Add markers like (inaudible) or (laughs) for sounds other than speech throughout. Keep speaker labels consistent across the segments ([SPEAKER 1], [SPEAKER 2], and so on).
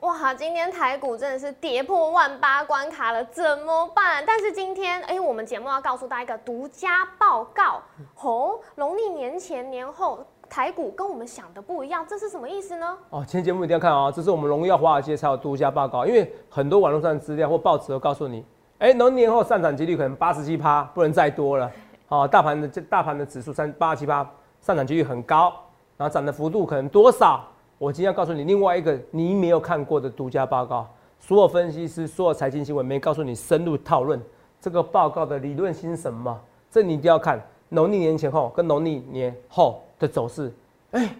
[SPEAKER 1] 哇，今天台股真的是跌破万八关卡了，怎么办？但是今天，哎、我们节目要告诉大家一个独家报告，哦，农历年前年后台股跟我们想的不一样，这是什么意思呢？
[SPEAKER 2] 哦，今天节目一定要看哦，这是我们荣耀华尔街才有独家报告，因为很多网络上的资料或报纸都告诉你，哎、农年后上涨几率可能八十七趴，不能再多了。哦，大盘的大盘的指数三八七趴，上涨几率很高，然后涨的幅度可能多少？我今天要告诉你另外一个你没有看过的独家报告，所有分析师、所有财经新闻没告诉你深入讨论这个报告的理论性是什么，这你一定要看农历年前后跟农历年后的走势。哎、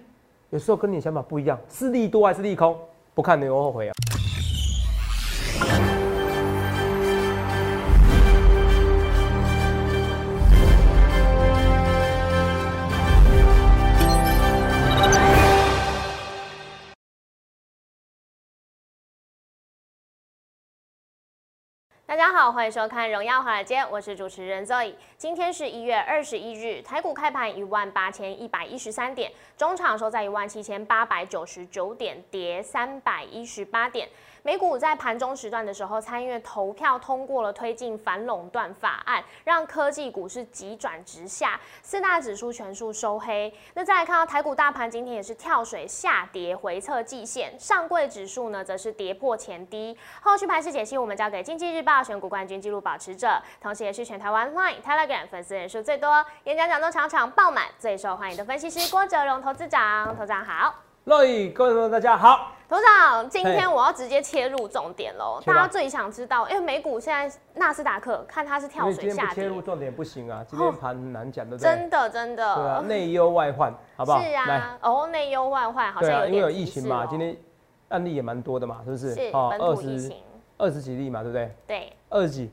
[SPEAKER 2] 有时候跟你想法不一样，是利多还是利空，不看你会后悔啊。
[SPEAKER 1] 大家好，欢迎收看《荣耀华尔街》，我是主持人 Zoe。今天是一月二十一日，台股开盘一万八千一百一十三点，中场收在一万七千八百九十九点，跌三百一十八点。美股在盘中时段的时候，参议院投票通过了推进反垄断法案，让科技股是急转直下，四大指数全数收黑。那再来看到台股大盘今天也是跳水下跌，回测季线，上柜指数呢则是跌破前低。后续盘势解析，我们交给经济日报选股冠军纪录保持者，同时也是全台湾 Line、Telegram 粉丝人数最多、演讲讲座场场爆满、最受欢迎的分析师郭哲荣投资长。投资长好。
[SPEAKER 2] 乐意，各位朋友大家好。
[SPEAKER 1] 头长，今
[SPEAKER 2] 嘿
[SPEAKER 1] 天我要直接切入重点喽。
[SPEAKER 2] 切
[SPEAKER 1] 大
[SPEAKER 2] 吧
[SPEAKER 1] 家最想知道，因为哎美股现在纳斯达克看它是
[SPEAKER 2] 因
[SPEAKER 1] 跳
[SPEAKER 2] 为今
[SPEAKER 1] 水
[SPEAKER 2] 天
[SPEAKER 1] 下
[SPEAKER 2] 不切
[SPEAKER 1] 跌，
[SPEAKER 2] 入重点不行啊，今天盘很难讲，对不对？
[SPEAKER 1] 真的真的，
[SPEAKER 2] 对啊，内忧外患，好不好？
[SPEAKER 1] 是
[SPEAKER 2] 来，
[SPEAKER 1] 啊，哦，内忧外患好
[SPEAKER 2] 对
[SPEAKER 1] 像
[SPEAKER 2] 啊，
[SPEAKER 1] 有点、哦
[SPEAKER 2] 因为有疫情嘛，今天案例也蛮多的嘛，是不是？
[SPEAKER 1] 是
[SPEAKER 2] 哦
[SPEAKER 1] 本土疫情，
[SPEAKER 2] 二十几例嘛，对不对？
[SPEAKER 1] 对，
[SPEAKER 2] 二十几，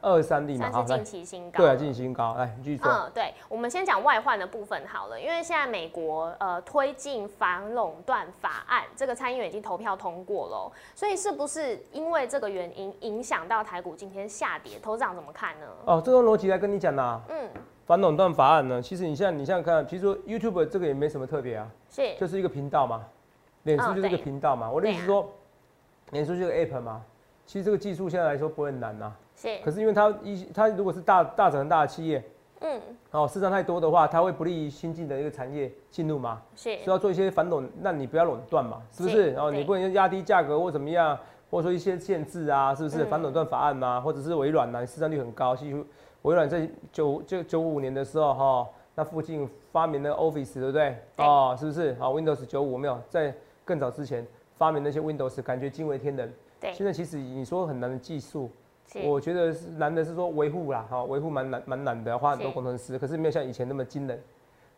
[SPEAKER 2] 二三例嘛，
[SPEAKER 1] 算
[SPEAKER 2] 好
[SPEAKER 1] 是
[SPEAKER 2] 来
[SPEAKER 1] 近，期新高
[SPEAKER 2] 对啊，
[SPEAKER 1] 了。
[SPEAKER 2] 进行高，来你继续说。
[SPEAKER 1] 嗯，对，我们先讲外患的部分好了，因为现在美国呃推进反垄断法案，这个参议院已经投票通过了哦，所以是不是因为这个原因影响到台股今天下跌？头长怎么看呢？
[SPEAKER 2] 哦，这个逻辑来跟你讲啦，
[SPEAKER 1] 嗯，
[SPEAKER 2] 反垄断法案呢，其实你像你像看，其实 YouTube 这个也没什么特别啊，
[SPEAKER 1] 是
[SPEAKER 2] 就是一个频道嘛，脸书
[SPEAKER 1] 嗯
[SPEAKER 2] 就是一个
[SPEAKER 1] 对
[SPEAKER 2] 频道嘛。我的意思
[SPEAKER 1] 对啊
[SPEAKER 2] 是说，脸书就是个 app 嘛。其实这个技术现在来说不会很难呐、
[SPEAKER 1] 是，
[SPEAKER 2] 可是因为它一它如果是大大整大的企业，
[SPEAKER 1] 嗯，
[SPEAKER 2] 哦，市场太多的话，它会不利于新进的一个产业进入嘛，
[SPEAKER 1] 是
[SPEAKER 2] 所以要做一些反垄，让你不要垄断嘛，是不
[SPEAKER 1] 是
[SPEAKER 2] 是？哦，
[SPEAKER 1] 对
[SPEAKER 2] 你不能压低价格或怎么样，或者说一些限制啊，是不是？
[SPEAKER 1] 嗯
[SPEAKER 2] 反垄断法案嘛，或者是微软呐、市占率很高，其实微软在九九九五年的时候哈、那附近发明了 Office，对不对？
[SPEAKER 1] 对
[SPEAKER 2] 哦，是不是？好、w i n d o w s 九五没有在更早之前发明那些 Windows，感觉惊为天人。
[SPEAKER 1] 对，
[SPEAKER 2] 现在其实你说很难的技术，
[SPEAKER 1] 是
[SPEAKER 2] 我觉得是难的是说维护啦，哈、维护蛮难蛮难的，花很多
[SPEAKER 1] 是
[SPEAKER 2] 工程师，可是没有像以前那么惊人。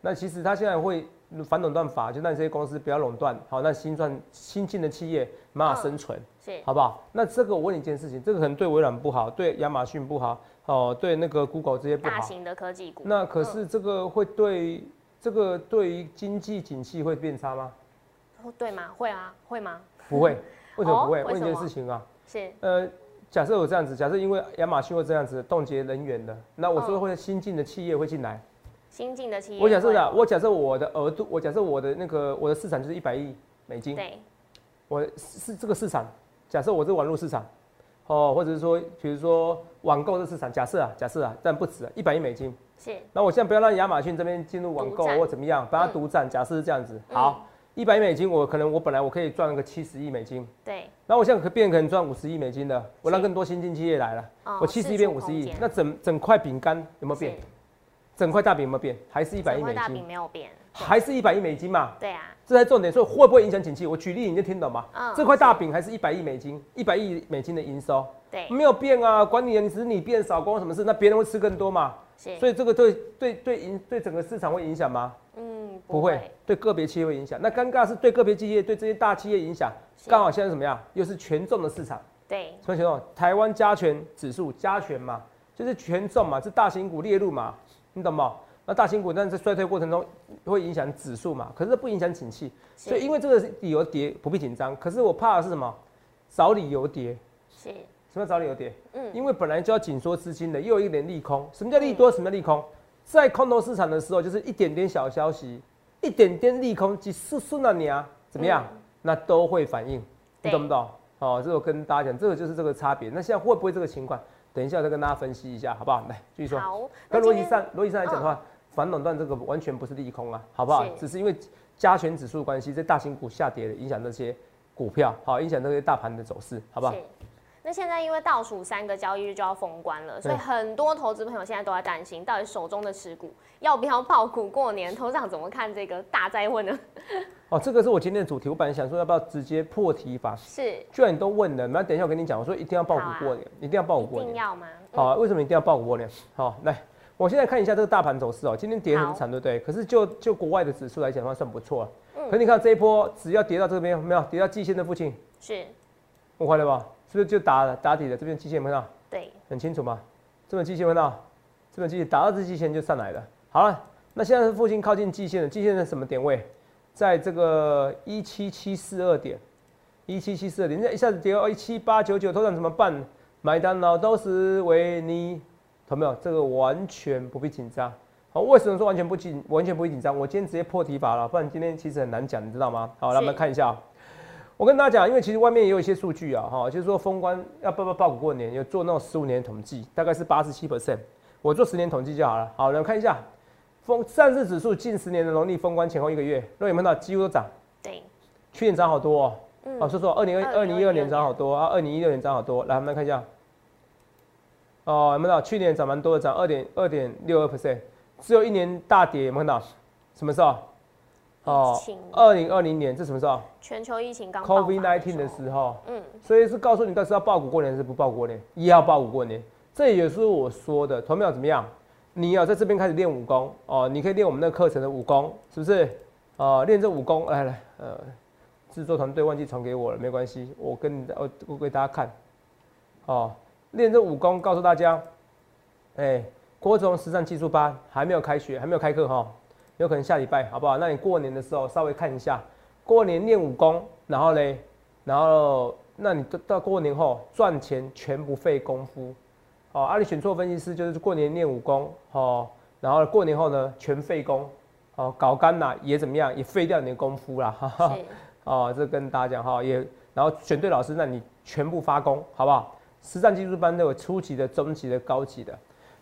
[SPEAKER 2] 那其实他现在会反垄断法，就让这些公司不要垄断，好，那新创新进的企业没办法生存，
[SPEAKER 1] 是，
[SPEAKER 2] 好不好？那这个我问你一件事情，这个可能对微软不好，对亚马逊不好，哦，对那个 Google 这些不
[SPEAKER 1] 大
[SPEAKER 2] 好。
[SPEAKER 1] 型的科技股。
[SPEAKER 2] 那可
[SPEAKER 1] 嗯
[SPEAKER 2] 是这个会对、这个对于经济景气会变差吗？
[SPEAKER 1] 哦对吗？会啊，会吗？(laughs)
[SPEAKER 2] 不会，为什么
[SPEAKER 1] 哦
[SPEAKER 2] 不会？
[SPEAKER 1] 为
[SPEAKER 2] 问一件
[SPEAKER 1] 什么
[SPEAKER 2] 事情啊，
[SPEAKER 1] 是
[SPEAKER 2] 呃，假设有这样子，假设因为亚马逊会这样子冻结人员的，那我说会新进的企业会进来。
[SPEAKER 1] 新进的企业。
[SPEAKER 2] 我假设的，，啊我假设我的额度，我假设我的那个我的市场就是一百亿美金，
[SPEAKER 1] 对，
[SPEAKER 2] 我是这个市场，假设我是网络市场，哦，或者是说，比如说网购的市场，假设啊，假设啊，但不止一百亿美金。
[SPEAKER 1] 是
[SPEAKER 2] 那我现在不要让亚马逊这边进入网购
[SPEAKER 1] 独占
[SPEAKER 2] 或怎么样，把它
[SPEAKER 1] 嗯
[SPEAKER 2] 独占。假设是这样子，好，一百亿美金，我可能我本来我可以赚个七十亿美金，
[SPEAKER 1] 对，
[SPEAKER 2] 那我现在可变可能赚五十亿美金了，我让更多新进企业来了。
[SPEAKER 1] 哦
[SPEAKER 2] 我七十
[SPEAKER 1] 四
[SPEAKER 2] 亿变
[SPEAKER 1] 处
[SPEAKER 2] 五十
[SPEAKER 1] 空
[SPEAKER 2] 亿
[SPEAKER 1] 间，
[SPEAKER 2] 那整整块饼干有没有
[SPEAKER 1] 是
[SPEAKER 2] 变？整块大饼有没有变？还是一百亿
[SPEAKER 1] 整块
[SPEAKER 2] 美
[SPEAKER 1] 大
[SPEAKER 2] 金
[SPEAKER 1] 饼？没有变。
[SPEAKER 2] 还是一百亿美金嘛？
[SPEAKER 1] 对啊，
[SPEAKER 2] 这才重点，所以会不会影响景气？我举例你就听懂嘛。
[SPEAKER 1] 嗯
[SPEAKER 2] 这块大饼还是一百亿美金，一百亿美金的营收
[SPEAKER 1] 对，
[SPEAKER 2] 没有变啊，管理人只是你变少，关我什么事？那别人会吃更多嘛？
[SPEAKER 1] 是，
[SPEAKER 2] 所以这个对对对影对整个市场会影响吗？
[SPEAKER 1] 嗯，
[SPEAKER 2] 不会，，对个别企业会影响。那尴尬是对个别企业对这些大企业影响，
[SPEAKER 1] 是
[SPEAKER 2] 刚好现在是怎么样？又是权重的市场。
[SPEAKER 1] 对，
[SPEAKER 2] 所以权重，台湾加权指数加权嘛，就是权重嘛，是大型股列入嘛，你懂吗？那大型股但是在衰退过程中会影响指数嘛，可是这不影响景气，
[SPEAKER 1] 是
[SPEAKER 2] 所以因为这个理由跌不必紧张。可是我怕的是什么？找理由跌，
[SPEAKER 1] 是，
[SPEAKER 2] 什么叫找理由跌？
[SPEAKER 1] 嗯
[SPEAKER 2] 因为本来就要紧缩资金的，又有一点利空。什么叫利多？什么叫利空？在空头市场的时候，就是一点点小消
[SPEAKER 1] 嗯
[SPEAKER 2] 息，一点点利空，即速速那你啊，怎么样？那都会反应。你懂不懂？哦，这个我跟大家讲，这个就是这个差别。那现在会不会这个情况？等一下再跟大家分析一下，好不好？来，继续说。
[SPEAKER 1] 好，
[SPEAKER 2] 那逻
[SPEAKER 1] 今
[SPEAKER 2] 辑
[SPEAKER 1] 天嗯
[SPEAKER 2] 上，逻辑上来讲的话，反垄断这个完全不是利空啊，好不好？
[SPEAKER 1] 是
[SPEAKER 2] 只是因为加权指数的关系，这大型股下跌了，影响这些股票，好，影响这些大盘的走势，好不好
[SPEAKER 1] 是？那现在因为倒数三个交易日就要封关了，所以
[SPEAKER 2] 对
[SPEAKER 1] 很多投资朋友现在都在担心，到底手中的持股要不要爆股过年？
[SPEAKER 2] (laughs)
[SPEAKER 1] 头上怎么看这个大灾问呢？
[SPEAKER 2] 哦，这个是我今天的主题，我本来想说要不要直接破题法，
[SPEAKER 1] 是
[SPEAKER 2] 居然你都问了，那等一下我跟你讲，我说一定要爆股
[SPEAKER 1] 好啊
[SPEAKER 2] 过年，一定要爆股
[SPEAKER 1] 一
[SPEAKER 2] 过
[SPEAKER 1] 定
[SPEAKER 2] 年，
[SPEAKER 1] 要吗？嗯
[SPEAKER 2] 好、啊，为什么一定要爆股过年？好，来。我现在看一下这个大盘走势哦，今天跌得很惨，对不对？可是就就国外的指数来讲的话，算不错了。啊可是你看这一波，只要跌到这边，有没有跌到季线的附近，
[SPEAKER 1] 是，
[SPEAKER 2] 我快了吧？是不是就打了打底了？这边季线有没有看到？
[SPEAKER 1] 对，
[SPEAKER 2] 很清楚嘛？这边季线有没有看到？这边季线打到这季线就上来了。好了，那现在是附近靠近季线了，季线在什么点位？在这个一七七四二点，一七七四二点，人家一下子跌到一七八九九，头场怎么办？麦当劳、都是维尼，懂没有？这个完全不必紧张。好，为什么说完全不紧，完全不会紧张？我今天直接破题法了，不然今天其实很难讲，你知道吗？好，
[SPEAKER 1] 是
[SPEAKER 2] 来我们看一下哦、我跟大家讲，因为其实外面也有一些数据啊，哈，就是说封关要报报报股过年，有做那种十五年统计，大概是八十七 percent，我做十年统计就好了。好，来我们看一下，封上市指数近十年的农历封关前后一个月，那有没有看到几乎都涨？
[SPEAKER 1] 对，
[SPEAKER 2] 去年涨好多哦，
[SPEAKER 1] 嗯
[SPEAKER 2] 哦，说说二零二二零一
[SPEAKER 1] 2022
[SPEAKER 2] 二年涨好多啊，二零一六年涨好多，来我们来看一下，哦，有没有看到去年涨蛮多的，涨二点二点六二 percent，只有一年大跌，有没有看到？什么时候？哦
[SPEAKER 1] 疫情
[SPEAKER 2] 二零二零年这什么时候
[SPEAKER 1] 全球疫情刚爆发
[SPEAKER 2] ？COVID
[SPEAKER 1] 的
[SPEAKER 2] nineteen 的
[SPEAKER 1] 时
[SPEAKER 2] 时候，
[SPEAKER 1] 候，嗯，
[SPEAKER 2] 所以是告诉你，但是要报股过年还是不报股过年，也要报股过年。这也是我说的，同秒怎么样？你要在这边开始练武功哦，你可以练我们那个课程的武功，是不是？哦，练这武功，来来，呃，制作团队忘记传给我了，没关系，我跟你我我给大家看，哦，练这武功，告诉大家，哎、郭总实战技术班还没有开学，还没有开课哈、有可能下礼拜好不好？那你过年的时候稍微看一下，过年练武功，然后嘞，然后那你到到过年后赚钱全不费功夫，哦，阿、啊、里选错分析师就是过年练武功，哦，然后过年后呢全费功，哦，搞干啦也怎么样，也废掉你的功夫啦， (laughs) 哈哈。
[SPEAKER 1] 是，
[SPEAKER 2] 哦，这跟大家讲哈，也然后选对老师，那你全部发功，好不好？实战技术班都有初级的、中级的、高级的，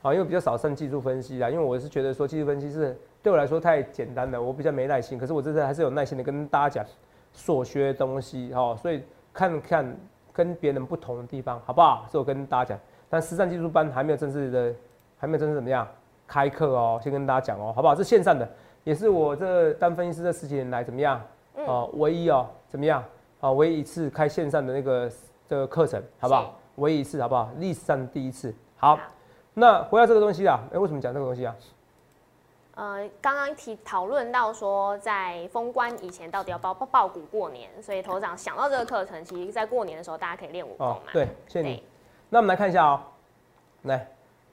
[SPEAKER 2] 好、因为比较少上技术分析啦，因为我是觉得说技术分析是对我来说太简单了，我比较没耐心，可是我这次还是有耐心的跟大家讲所学的东西，哦，所以看看跟别人不同的地方，好不好？是我跟大家讲，但实战技术班还没有正式的，还没有正式怎么样开课哦，先跟大家讲哦，好不好？这线上的也是我这当分析师这十几年来怎么样？
[SPEAKER 1] 嗯
[SPEAKER 2] 哦，唯一哦，怎么样？啊、唯一一次开线上的那个这个课程，好不好？唯一一次，好不好？历史上第一次。好，那回到这个东西啊，哎、为什么讲这个东西啊？
[SPEAKER 1] 呃，刚刚提讨论到说，在封关以前到底要报报报股过年，所以头长想到这个课程，其实在过年的时候大家可以练武功
[SPEAKER 2] 哦
[SPEAKER 1] 嘛，，
[SPEAKER 2] 对，谢谢你。那我们来看一下哦，来，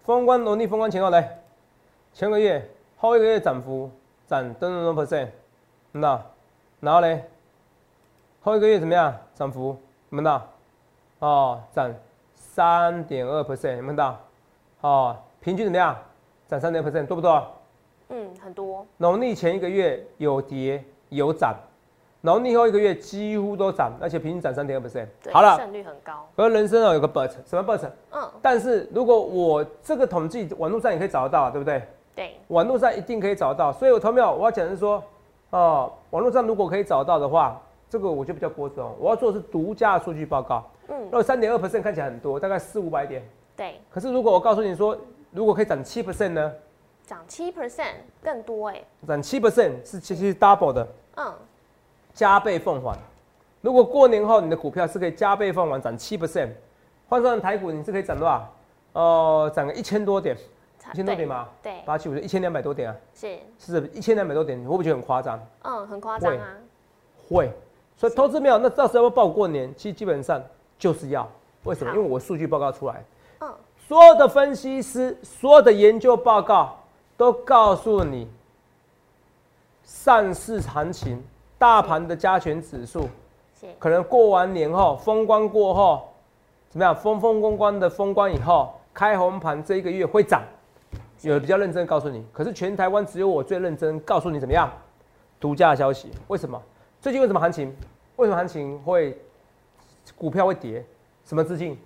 [SPEAKER 2] 封关农历封关前后来，前个月后一个月涨幅涨等等多 percent，那然后嘞，后一个月怎么样？涨幅，你们到哦，涨三点二 percent，你们到哦，平均怎么样？涨三点 percent，多不多？
[SPEAKER 1] 嗯，很多，
[SPEAKER 2] 农历前一个月有跌有涨，农历后一个月几乎都涨，而且平均涨三点二 percent。
[SPEAKER 1] 对，
[SPEAKER 2] 好了，
[SPEAKER 1] 胜率很高，
[SPEAKER 2] 而人生哦有个 but，什么 but？
[SPEAKER 1] 嗯，
[SPEAKER 2] 但是如果我这个统计网络上也可以找得到，对不对？
[SPEAKER 1] 对，
[SPEAKER 2] 网络上一定可以找到。所以我投票我要讲的是说，哦、网络上如果可以找到的话，这个我就比较波动。我要做的是独家数据报告。
[SPEAKER 1] 嗯
[SPEAKER 2] 如果三点二 percent 看起来很多，大概四五百点，
[SPEAKER 1] 对，
[SPEAKER 2] 可是如果我告诉你说，如果可以涨七 percent 呢？
[SPEAKER 1] 涨七 percent 更多哎、
[SPEAKER 2] 涨七 percent 是其实 double 的，
[SPEAKER 1] 嗯，
[SPEAKER 2] 加倍奉还。如果过年后你的股票是可以加倍奉还，涨七 percent，换算成台股你是可以涨多少？哦、涨个一千多点，
[SPEAKER 1] 差
[SPEAKER 2] 一千多点嘛，
[SPEAKER 1] 对，对
[SPEAKER 2] 八七五是一千两百多点啊。
[SPEAKER 1] 是，
[SPEAKER 2] 是一千两百多点，你会不会觉得很夸张？
[SPEAKER 1] 嗯，很夸张啊，
[SPEAKER 2] 会，所以投资没有，那到时候要不要报过年，其实基本上就是要，为什么？
[SPEAKER 1] 好
[SPEAKER 2] 因为我数据报告出来，
[SPEAKER 1] 嗯，
[SPEAKER 2] 所有的分析师、所有的研究报告都告诉你，上市行情、大盘的加权指数，
[SPEAKER 1] 是，
[SPEAKER 2] 可能过完年后封关过后，怎么样？风风光光的封关以后，开红盘这一个月会涨，有的比较认真地告诉你。可是全台湾只有我最认真告诉你怎么样，独家的消息。为什么？最近为什么行情？为什么行情会股票会跌，什么资金，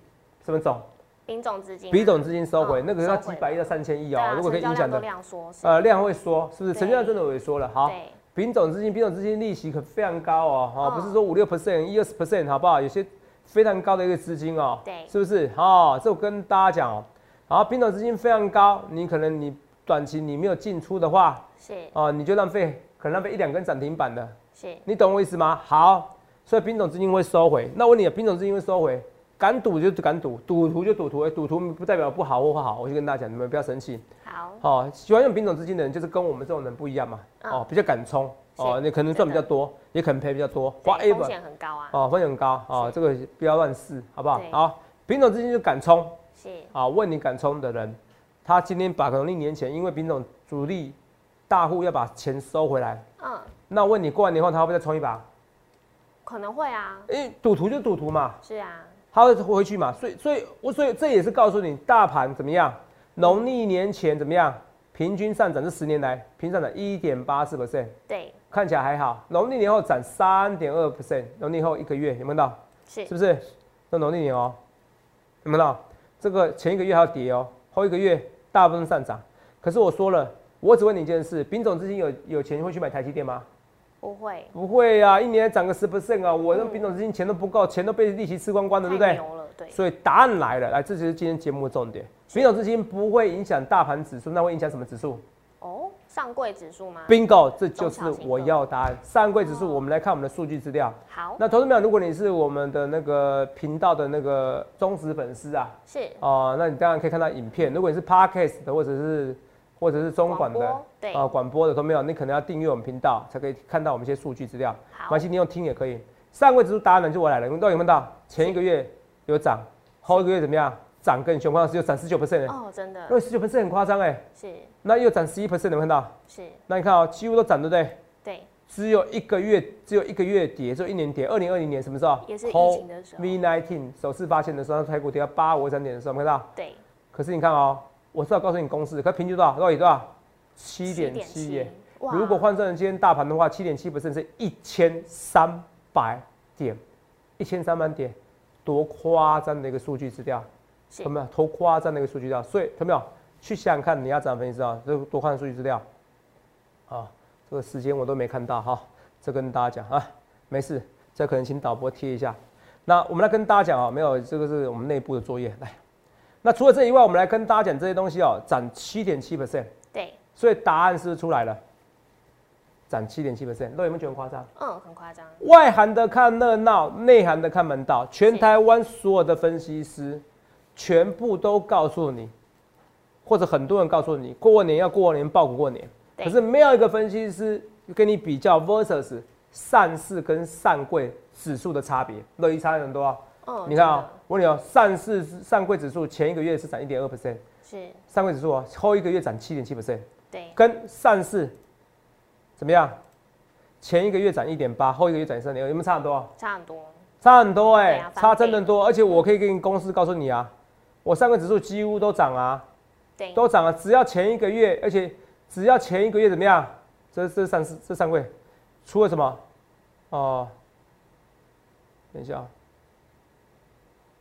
[SPEAKER 2] 什么种，
[SPEAKER 1] 丙种资金啊，
[SPEAKER 2] 比总资金收回，
[SPEAKER 1] 嗯
[SPEAKER 2] 那个要
[SPEAKER 1] 收
[SPEAKER 2] 几
[SPEAKER 1] 回
[SPEAKER 2] 百亿到三千亿
[SPEAKER 1] 对
[SPEAKER 2] 哦
[SPEAKER 1] 啊，，
[SPEAKER 2] 如果可以
[SPEAKER 1] 成交量
[SPEAKER 2] 影响
[SPEAKER 1] 都
[SPEAKER 2] 的，
[SPEAKER 1] 量缩，是
[SPEAKER 2] 呃，量会缩，是不是？
[SPEAKER 1] 对
[SPEAKER 2] 成交量真的萎缩了，好。
[SPEAKER 1] 对，
[SPEAKER 2] 丙种资金，丙种资金利息可非常高哦，哈、
[SPEAKER 1] 嗯
[SPEAKER 2] 不是说五六 percent、一二十 percent 好不好？有些非常高的一个资金哦，
[SPEAKER 1] 对
[SPEAKER 2] 是不是？哦，这我跟大家讲哦，然后丙种资金非常高，你可能你短期你没有进出的话，
[SPEAKER 1] 是
[SPEAKER 2] 哦，你就浪费，可能浪费一两根涨停板的，
[SPEAKER 1] 是，
[SPEAKER 2] 你懂我意思吗？好，所以丙种资金会收回。那我问你，丙种资金会收回，敢赌就敢赌，赌徒就赌徒，哎赌徒不代表不好或不好，我就跟大家讲，你们不要生气。
[SPEAKER 1] 好，
[SPEAKER 2] 哦，喜欢用丙种资金的人，就是跟我们这种人不一样嘛。
[SPEAKER 1] 嗯
[SPEAKER 2] 哦，比较敢冲，哦，
[SPEAKER 1] 是
[SPEAKER 2] 你可能赚比较多，也可能赔比较多，花
[SPEAKER 1] 对
[SPEAKER 2] A
[SPEAKER 1] 风
[SPEAKER 2] 本，
[SPEAKER 1] 险很高啊，
[SPEAKER 2] 哦，风险很高，哦，这个不要乱试，好不好
[SPEAKER 1] 对？
[SPEAKER 2] 好，丙种资金就敢冲，
[SPEAKER 1] 是
[SPEAKER 2] 啊，问你敢冲的人，他今天把可能一年前因为丙种主力大户要把钱收回来，
[SPEAKER 1] 嗯，
[SPEAKER 2] 那问你过完年后他会不会再冲一把？
[SPEAKER 1] 可能会啊，
[SPEAKER 2] 因为赌徒就赌徒嘛，
[SPEAKER 1] 是啊，
[SPEAKER 2] 他会回去嘛，所以所以我所以这也是告诉你大盘怎么样，农历年前怎么样，平均上涨这十年来平均上涨一点八四 percent，
[SPEAKER 1] 对，
[SPEAKER 2] 看起来还好，农历年后涨三点二 percent，农历后一个月有没有看到？
[SPEAKER 1] 是
[SPEAKER 2] 是不是？那农历年哦，有没有看到？这个前一个月还要跌哦，后一个月大部分上涨，可是我说了，我只问你一件事，丙种资金有有钱会去买台积电吗？
[SPEAKER 1] 不会，
[SPEAKER 2] 不会啊，一年涨个十 percent 啊，我那
[SPEAKER 1] 嗯
[SPEAKER 2] 丙种资金钱都不够，钱都被利息吃光光了，对不
[SPEAKER 1] 太
[SPEAKER 2] 对？
[SPEAKER 1] 牛了，对，
[SPEAKER 2] 所以答案来了，来，这就是今天节目的重点。丙种资金不会影响大盘指数，那会影响什么指数
[SPEAKER 1] 哦，上柜指数吗？
[SPEAKER 2] ？Bingo，这就是
[SPEAKER 1] 中小型个
[SPEAKER 2] 我要的答案。上柜指数，我们来看我们的数据资料。
[SPEAKER 1] 好，
[SPEAKER 2] 那投资朋友，如果你是我们的那个频道的那个忠实粉丝啊，
[SPEAKER 1] 是
[SPEAKER 2] 哦、那你当然可以看到影片。如果你是 Podcast 的，或者是或者是中广的
[SPEAKER 1] 广播，对
[SPEAKER 2] 啊，广播的都没有，你可能要订阅我们频道才可以看到我们一些数据资料。没
[SPEAKER 1] 好
[SPEAKER 2] 关，系，你用听也可以。上位指数答案呢就我来了，你们都有没有到？前一个月有涨，后一个月怎么样？涨更凶，看到有涨十九 percent，
[SPEAKER 1] 哦，真的
[SPEAKER 2] 那十九 percent 很夸张哎，
[SPEAKER 1] 是
[SPEAKER 2] 那又涨十一 percent，有没有看到？
[SPEAKER 1] 是，
[SPEAKER 2] 那你看哦，几乎都涨，对不对？
[SPEAKER 1] 对，
[SPEAKER 2] 只有一个月，只有一个月跌，只有一年跌。二零二零年什么时候？
[SPEAKER 1] 也是疫情的时候
[SPEAKER 2] V nineteen 首次发现的时候，台股跌到八五三点的时候，有没有看到？
[SPEAKER 1] 对，
[SPEAKER 2] 可是你看哦，我是要告诉你公式，可平均多少？到底多少？七点七耶。，
[SPEAKER 1] 哇，
[SPEAKER 2] 如果换算成今天大盘的话，七点七 percent 是一千三百点，一千三百点，多夸张的一个数据资料，
[SPEAKER 1] 是
[SPEAKER 2] 有没有？多夸张的一个数据资料，所以有没有？去想想看，你要涨粉丝啊，就多看数据资料。啊，这个时间我都没看到哈、这跟大家讲啊，没事，这可能请导播贴一下。那我们来跟大家讲啊，没有，这个是我们内部的作业。来，那除了这以外，我们来跟大家讲这些东西哦，涨七点七 percent。
[SPEAKER 1] 对，
[SPEAKER 2] 所以答案是不是出来了？涨七点七 percent，那有没有觉得很夸张？
[SPEAKER 1] 嗯，很夸张，
[SPEAKER 2] 外行的看热闹，内行的看门道。全台湾所有的分析师，全部都告诉你，或者很多人告诉你，过年要过年报股过年，
[SPEAKER 1] 对
[SPEAKER 2] 可是没有一个分析师跟你比较 versus 上市跟上柜指数的差别，乐意差很多啊。
[SPEAKER 1] 嗯，
[SPEAKER 2] 你看
[SPEAKER 1] 真
[SPEAKER 2] 啊、
[SPEAKER 1] 的
[SPEAKER 2] 我问你哦，上市上柜指数前一个月是涨一点二 percent，
[SPEAKER 1] 是，
[SPEAKER 2] 上柜指数哦，后一个月涨七点七 percent。
[SPEAKER 1] 对，
[SPEAKER 2] 跟上市怎么样？前一个月涨一点八，后一个月涨三点二，有没有差很多？
[SPEAKER 1] 差很多，
[SPEAKER 2] 差很多哎、
[SPEAKER 1] 对啊翻倍
[SPEAKER 2] 差真的多。而且我可以跟公司告诉你啊，我三个指数几乎都涨啊，
[SPEAKER 1] 对，
[SPEAKER 2] 都涨啊。只要前一个月，而且只要前一个月怎么样？这这上市这三位，除了什么？哦、等一下、啊，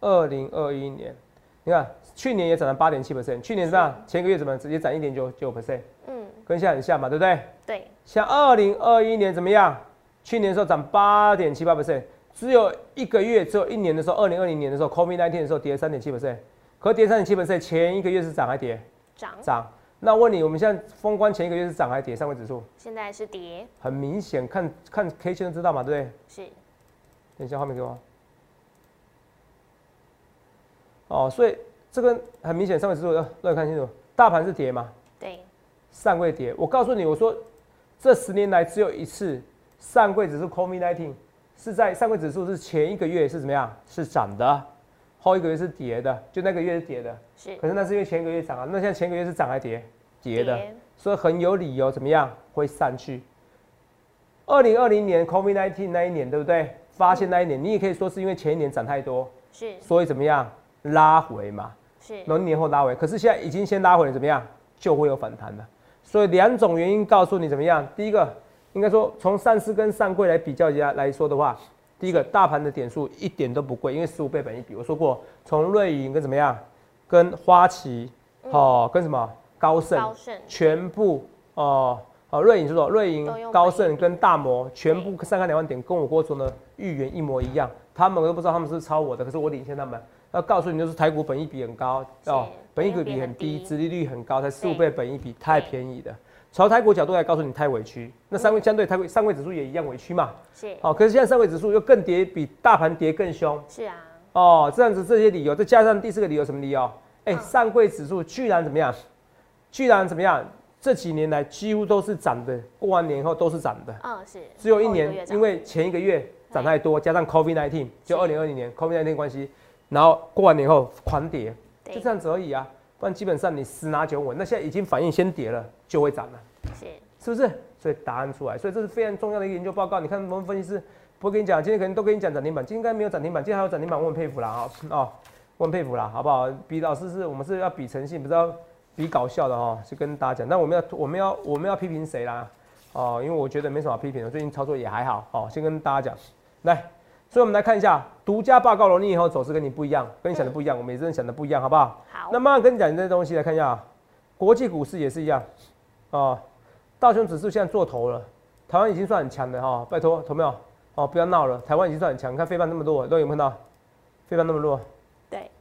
[SPEAKER 2] 二零二一年，你看去年也涨了八点七 percent，去年怎么样？前一个月怎么样直接涨一点九九 percent，
[SPEAKER 1] 嗯，
[SPEAKER 2] 跟现在很像嘛，对不对？
[SPEAKER 1] 对，
[SPEAKER 2] 像二零二一年怎么样？去年的时候涨八点七八 percent，只有一个月，只有一年的时候，二零二零年的时候，COVID 1 9的时候跌三点七 percent，可跌三点七 percent 前一个月是涨还跌？
[SPEAKER 1] 涨，
[SPEAKER 2] 涨。那问你，我们现在封关前一个月是涨还跌？上位指数
[SPEAKER 1] 现在是跌，
[SPEAKER 2] 很明显，看看 K 线就知道嘛，对不对？
[SPEAKER 1] 是，
[SPEAKER 2] 等一下画面给我。哦，所以这个很明显，上位指数呃让你看清楚，大盘是跌嘛，
[SPEAKER 1] 对，
[SPEAKER 2] 上柜跌。我告诉你，我说这十年来只有一次上柜指数 COVID 1 9是在上柜指数是前一个月是怎么样是涨的，后一个月是跌的，就那个月是跌的。
[SPEAKER 1] 是
[SPEAKER 2] 可是那是因为前一个月涨啊，那现在前一个月是涨还跌？跌的，
[SPEAKER 1] 跌
[SPEAKER 2] 所以很有理由怎么样会上去。二零二零年 COVID 1 9那一年，对不对？发现那一年，你也可以说是因为前一年涨太多，
[SPEAKER 1] 是
[SPEAKER 2] 所以怎么样拉回嘛。
[SPEAKER 1] 是，
[SPEAKER 2] 然后年后拉回，可是现在已经先拉回了，怎么样就会有反弹了。所以两种原因告诉你怎么样。第一个，应该说从上市跟上柜来比较一下来说的话，第一个，大盘的点数一点都不贵，因为十五倍本一比。我说过，从瑞银跟怎么样，跟花旗，哦，跟什么高盛，
[SPEAKER 1] 高盛
[SPEAKER 2] 全部哦哦，瑞银是说瑞银
[SPEAKER 1] 都用、
[SPEAKER 2] 高
[SPEAKER 1] 本益
[SPEAKER 2] 盛
[SPEAKER 1] 比
[SPEAKER 2] 跟大摩全部上看两万点，跟我郭总的预言一模一样。他们我都不知道他们是抄我的，可是我领先他们。那告诉你，就是台股本益比很高
[SPEAKER 1] 是
[SPEAKER 2] 哦，本益
[SPEAKER 1] 本益比很
[SPEAKER 2] 比很低，
[SPEAKER 1] 低
[SPEAKER 2] 殖利率很高，才十五
[SPEAKER 1] 对嗯
[SPEAKER 2] 倍本益比，太便宜了。从台股角度来告诉你，太委屈。那三位相对台股上位指数也一样委屈嘛。哦
[SPEAKER 1] 是
[SPEAKER 2] 好、可是现在三位指数又更跌，比大盘跌更凶
[SPEAKER 1] 是啊，
[SPEAKER 2] 哦。这样子这些理由，再加上第四个理由什么理由？哎、
[SPEAKER 1] 嗯
[SPEAKER 2] 上柜指数居然怎么样？居然怎么样？这几年来几乎都是涨的，过完年后都是涨的，
[SPEAKER 1] 嗯是，
[SPEAKER 2] 只有一
[SPEAKER 1] 后个月
[SPEAKER 2] 年
[SPEAKER 1] 涨
[SPEAKER 2] 因为前一个月涨太多，加上 COVID 1 9就是二零二零年 COVID 1 9关系，然后过完年后狂跌，
[SPEAKER 1] 对
[SPEAKER 2] 就这样子而已啊。不然基本上你十拿九稳，那现在已经反应先跌了，就会涨了。
[SPEAKER 1] 是
[SPEAKER 2] 是不是？所以答案出来，所以这是非常重要的一个研究报告。你看，我们分析师不会跟你讲，今天可能都跟你讲涨停板，今天应该没有涨停板，今天还有涨停板，我很佩服啦啊、哦，我很佩服啦，好不好？比老师是我们是要比诚信，不是要比搞笑的哦，就跟大家讲。但我们要我们要我们要批评谁啦？哦，因为我觉得没什么好批评的，最近操作也还好。哦，先跟大家讲，来，所以我们来看一下独家报告了，你以后走势跟你不一样，跟你想的不一样，我们也真的想的不一样，好不好？
[SPEAKER 1] 好
[SPEAKER 2] 那，慢慢跟你讲这些东西来看一下啊，国际股市也是一样啊、道琼指数现在做头了，台湾已经算很强的哈、拜托，投没有？哦，不要闹了，台湾已经算很强，你看飞半那么弱，都有没有看到？飞半那么弱
[SPEAKER 1] 对，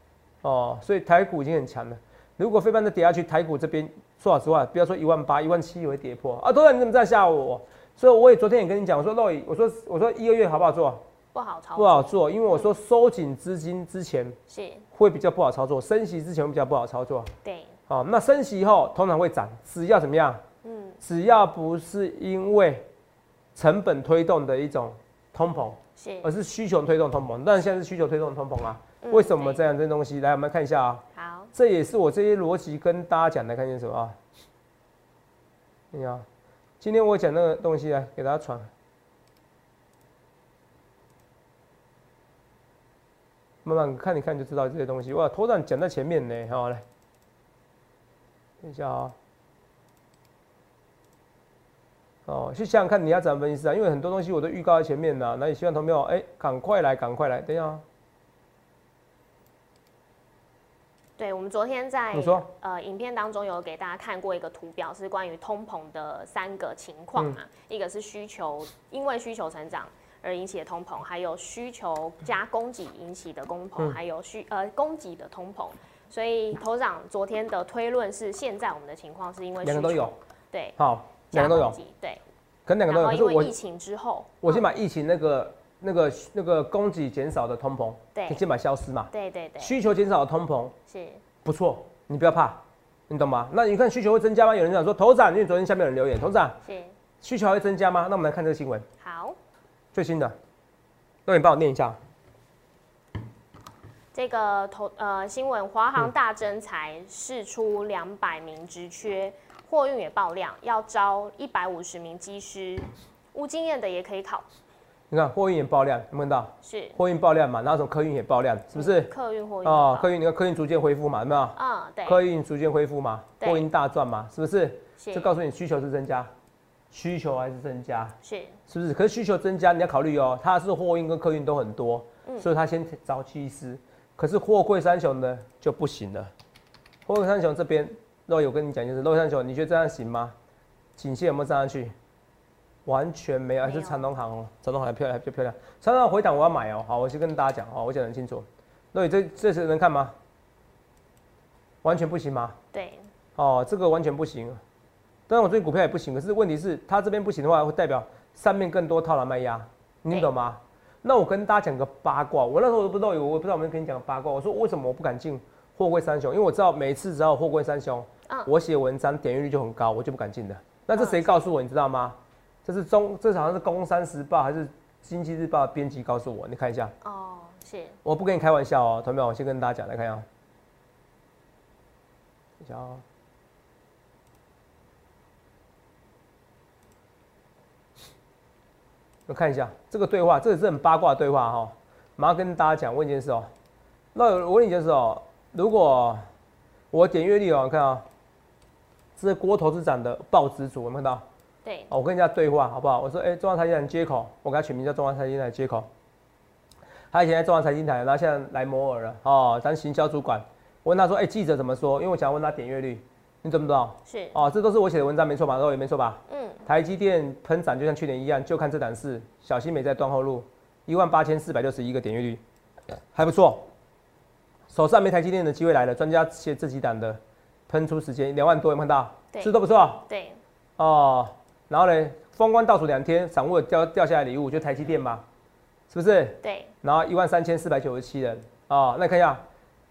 [SPEAKER 2] 哦，所以台股已经很强了。如果飞半再跌下去，台股这边说老实话，不要说一万八、一万七也会跌破啊！多然你怎么这样吓我？所以我也昨天也跟你讲，我说 Roy，我说我说一二月好不好做？
[SPEAKER 1] 不好操
[SPEAKER 2] 不
[SPEAKER 1] 作，
[SPEAKER 2] 好做，因为我说收紧资金之前
[SPEAKER 1] 是
[SPEAKER 2] 会比较不好操作，升息之前会比较不好操作。
[SPEAKER 1] 对，
[SPEAKER 2] 好、那升息后通常会涨，只要怎么样？
[SPEAKER 1] 嗯
[SPEAKER 2] 只要不是因为成本推动的一种通膨，
[SPEAKER 1] 是
[SPEAKER 2] 而是需求推动通膨。但现在是需求推动通膨啊，
[SPEAKER 1] 嗯
[SPEAKER 2] 呃为什么
[SPEAKER 1] 对
[SPEAKER 2] 这样这东西？来，我们看一下啊，
[SPEAKER 1] 好，
[SPEAKER 2] 这也是我这些逻辑跟大家讲的，看见什么啊？你看啊，今天我讲那个东西来给大家传。慢慢看一看就知道这些东西。哇，头上讲在前面呢，好来，等一下啊、哦，去想想看你要怎么分析啊，因为很多东西我都预告在前面了，那也希望同朋友哎，赶快来，赶快来，等一下、啊，
[SPEAKER 1] 对，我们昨天在
[SPEAKER 2] 你说
[SPEAKER 1] 呃影片当中有给大家看过一个图表，是关于通膨的三个情况
[SPEAKER 2] 嗯
[SPEAKER 1] 嘛，一个是需求因为需求成长而引起的通膨，还有需求加供给引起的通膨，
[SPEAKER 2] 嗯
[SPEAKER 1] 还有需呃供给的通膨。所以头长昨天的推论是，现在我们的情况是因为
[SPEAKER 2] 两
[SPEAKER 1] 需
[SPEAKER 2] 个都
[SPEAKER 1] 求
[SPEAKER 2] 有，
[SPEAKER 1] 对，
[SPEAKER 2] 好，
[SPEAKER 1] 加
[SPEAKER 2] 两个都有
[SPEAKER 1] 供，给对，
[SPEAKER 2] 可能两个都
[SPEAKER 1] 然
[SPEAKER 2] 有，
[SPEAKER 1] 后
[SPEAKER 2] 可是
[SPEAKER 1] 因
[SPEAKER 2] 我
[SPEAKER 1] 为疫情之后，
[SPEAKER 2] 我先
[SPEAKER 1] 嗯
[SPEAKER 2] 把疫情那个、那个那个供给减少的通膨，
[SPEAKER 1] 对
[SPEAKER 2] 你先把消失嘛，
[SPEAKER 1] 对对对，
[SPEAKER 2] 需求减少的通膨
[SPEAKER 1] 是
[SPEAKER 2] 不错，你不要怕，你懂吗？那你看需求会增加吗？有人讲说头涨，因为昨天下面有人留言，头涨
[SPEAKER 1] 是
[SPEAKER 2] 需求还会增加吗？那我们来看这个新闻
[SPEAKER 1] 好。
[SPEAKER 2] 最新的，那你帮我念一下，
[SPEAKER 1] 这个投呃新闻，华
[SPEAKER 2] 嗯
[SPEAKER 1] 航大增才释出两百名职缺，货运也爆量，要招一百五十名机师，无经验的也可以考，
[SPEAKER 2] 你看货运也爆量，有没有看到？
[SPEAKER 1] 是
[SPEAKER 2] 货运爆量嘛，然后从客运也爆量，是不是？
[SPEAKER 1] 客运货运
[SPEAKER 2] 哦
[SPEAKER 1] 也，
[SPEAKER 2] 客
[SPEAKER 1] 爆
[SPEAKER 2] 运你看客运逐渐恢复嘛，有没有？
[SPEAKER 1] 嗯对，
[SPEAKER 2] 客运逐渐恢复嘛，
[SPEAKER 1] 对
[SPEAKER 2] 货运大赚嘛，是不是？
[SPEAKER 1] 是
[SPEAKER 2] 这告诉你需求是增加，需求还是增加。
[SPEAKER 1] 是
[SPEAKER 2] 是不是？可是需求增加，你要考虑哦，它是货运跟客运都很多，
[SPEAKER 1] 嗯
[SPEAKER 2] 所以它先找技师。可是货柜三雄呢就不行了，货柜三雄这边，肉有跟你讲就是，肉三雄，你觉得这样行吗？颈线有没有站上去？完全没有，还
[SPEAKER 1] 没
[SPEAKER 2] 是
[SPEAKER 1] 有
[SPEAKER 2] 长隆行哦，长隆行还漂亮，还比较漂亮。长隆行回档我要买哦，好，我先跟大家讲哦，我讲得很清楚。那你这这次能看吗？完全不行吗？
[SPEAKER 1] 对
[SPEAKER 2] 哦，这个完全不行。当然，我最近股票也不行，可是问题是，它这边不行的话，会代表上面更多套牢卖压，你
[SPEAKER 1] 对
[SPEAKER 2] 懂吗？那我跟大家讲个八卦，我那时候我都不知道，我也不知道我们跟你讲八卦，我说为什么我不敢进货柜三雄？因为我知道每次只要有货柜三雄，
[SPEAKER 1] 嗯
[SPEAKER 2] 我写文章点阅率就很高，我就不敢进的。那
[SPEAKER 1] 嗯
[SPEAKER 2] 这谁告诉我？你知道吗？这是中，这好像是《工商时报》还是《经济日报》的编辑告诉我，你看一下。
[SPEAKER 1] 哦是
[SPEAKER 2] 我不跟你开玩笑哦，同学们，我先跟大家讲，来看一下哦，等一下哦。我看一下这个对话，这个是很八卦的对话哈、哦。马上跟大家讲，问一件事哦。那我问一件事哦，如果我点阅率哦，你看啊、这是郭投资长的报纸组，有没有看到？
[SPEAKER 1] 对
[SPEAKER 2] 哦，我跟人家对话好不好？我说，哎、中央财经台接口，我给他取名叫中央财经台接口。他以前在中央财经台，然后现在来摩尔了，哦，当行销主管。我问他说，哎、记者怎么说？因为我想问他点阅率，你怎么知道？
[SPEAKER 1] 是，
[SPEAKER 2] 哦，这都是我写的文章，没错吧？各位没错吧？
[SPEAKER 1] 嗯，
[SPEAKER 2] 台积电喷涨就像去年一样，就看这档事，小心没在断后路，一万八千四百六十一个点阅率，还不错。手上没台积电的机会来了，专家写这几档的，喷出时间两万多，有没有看到？
[SPEAKER 1] 对
[SPEAKER 2] 是不是都不错
[SPEAKER 1] 对，
[SPEAKER 2] 哦。然后呢，封关倒数两天，散户有掉掉下来礼物就台积电嘛，是不是？
[SPEAKER 1] 对，
[SPEAKER 2] 然后一万三千四百九十七人哦，那你看一下，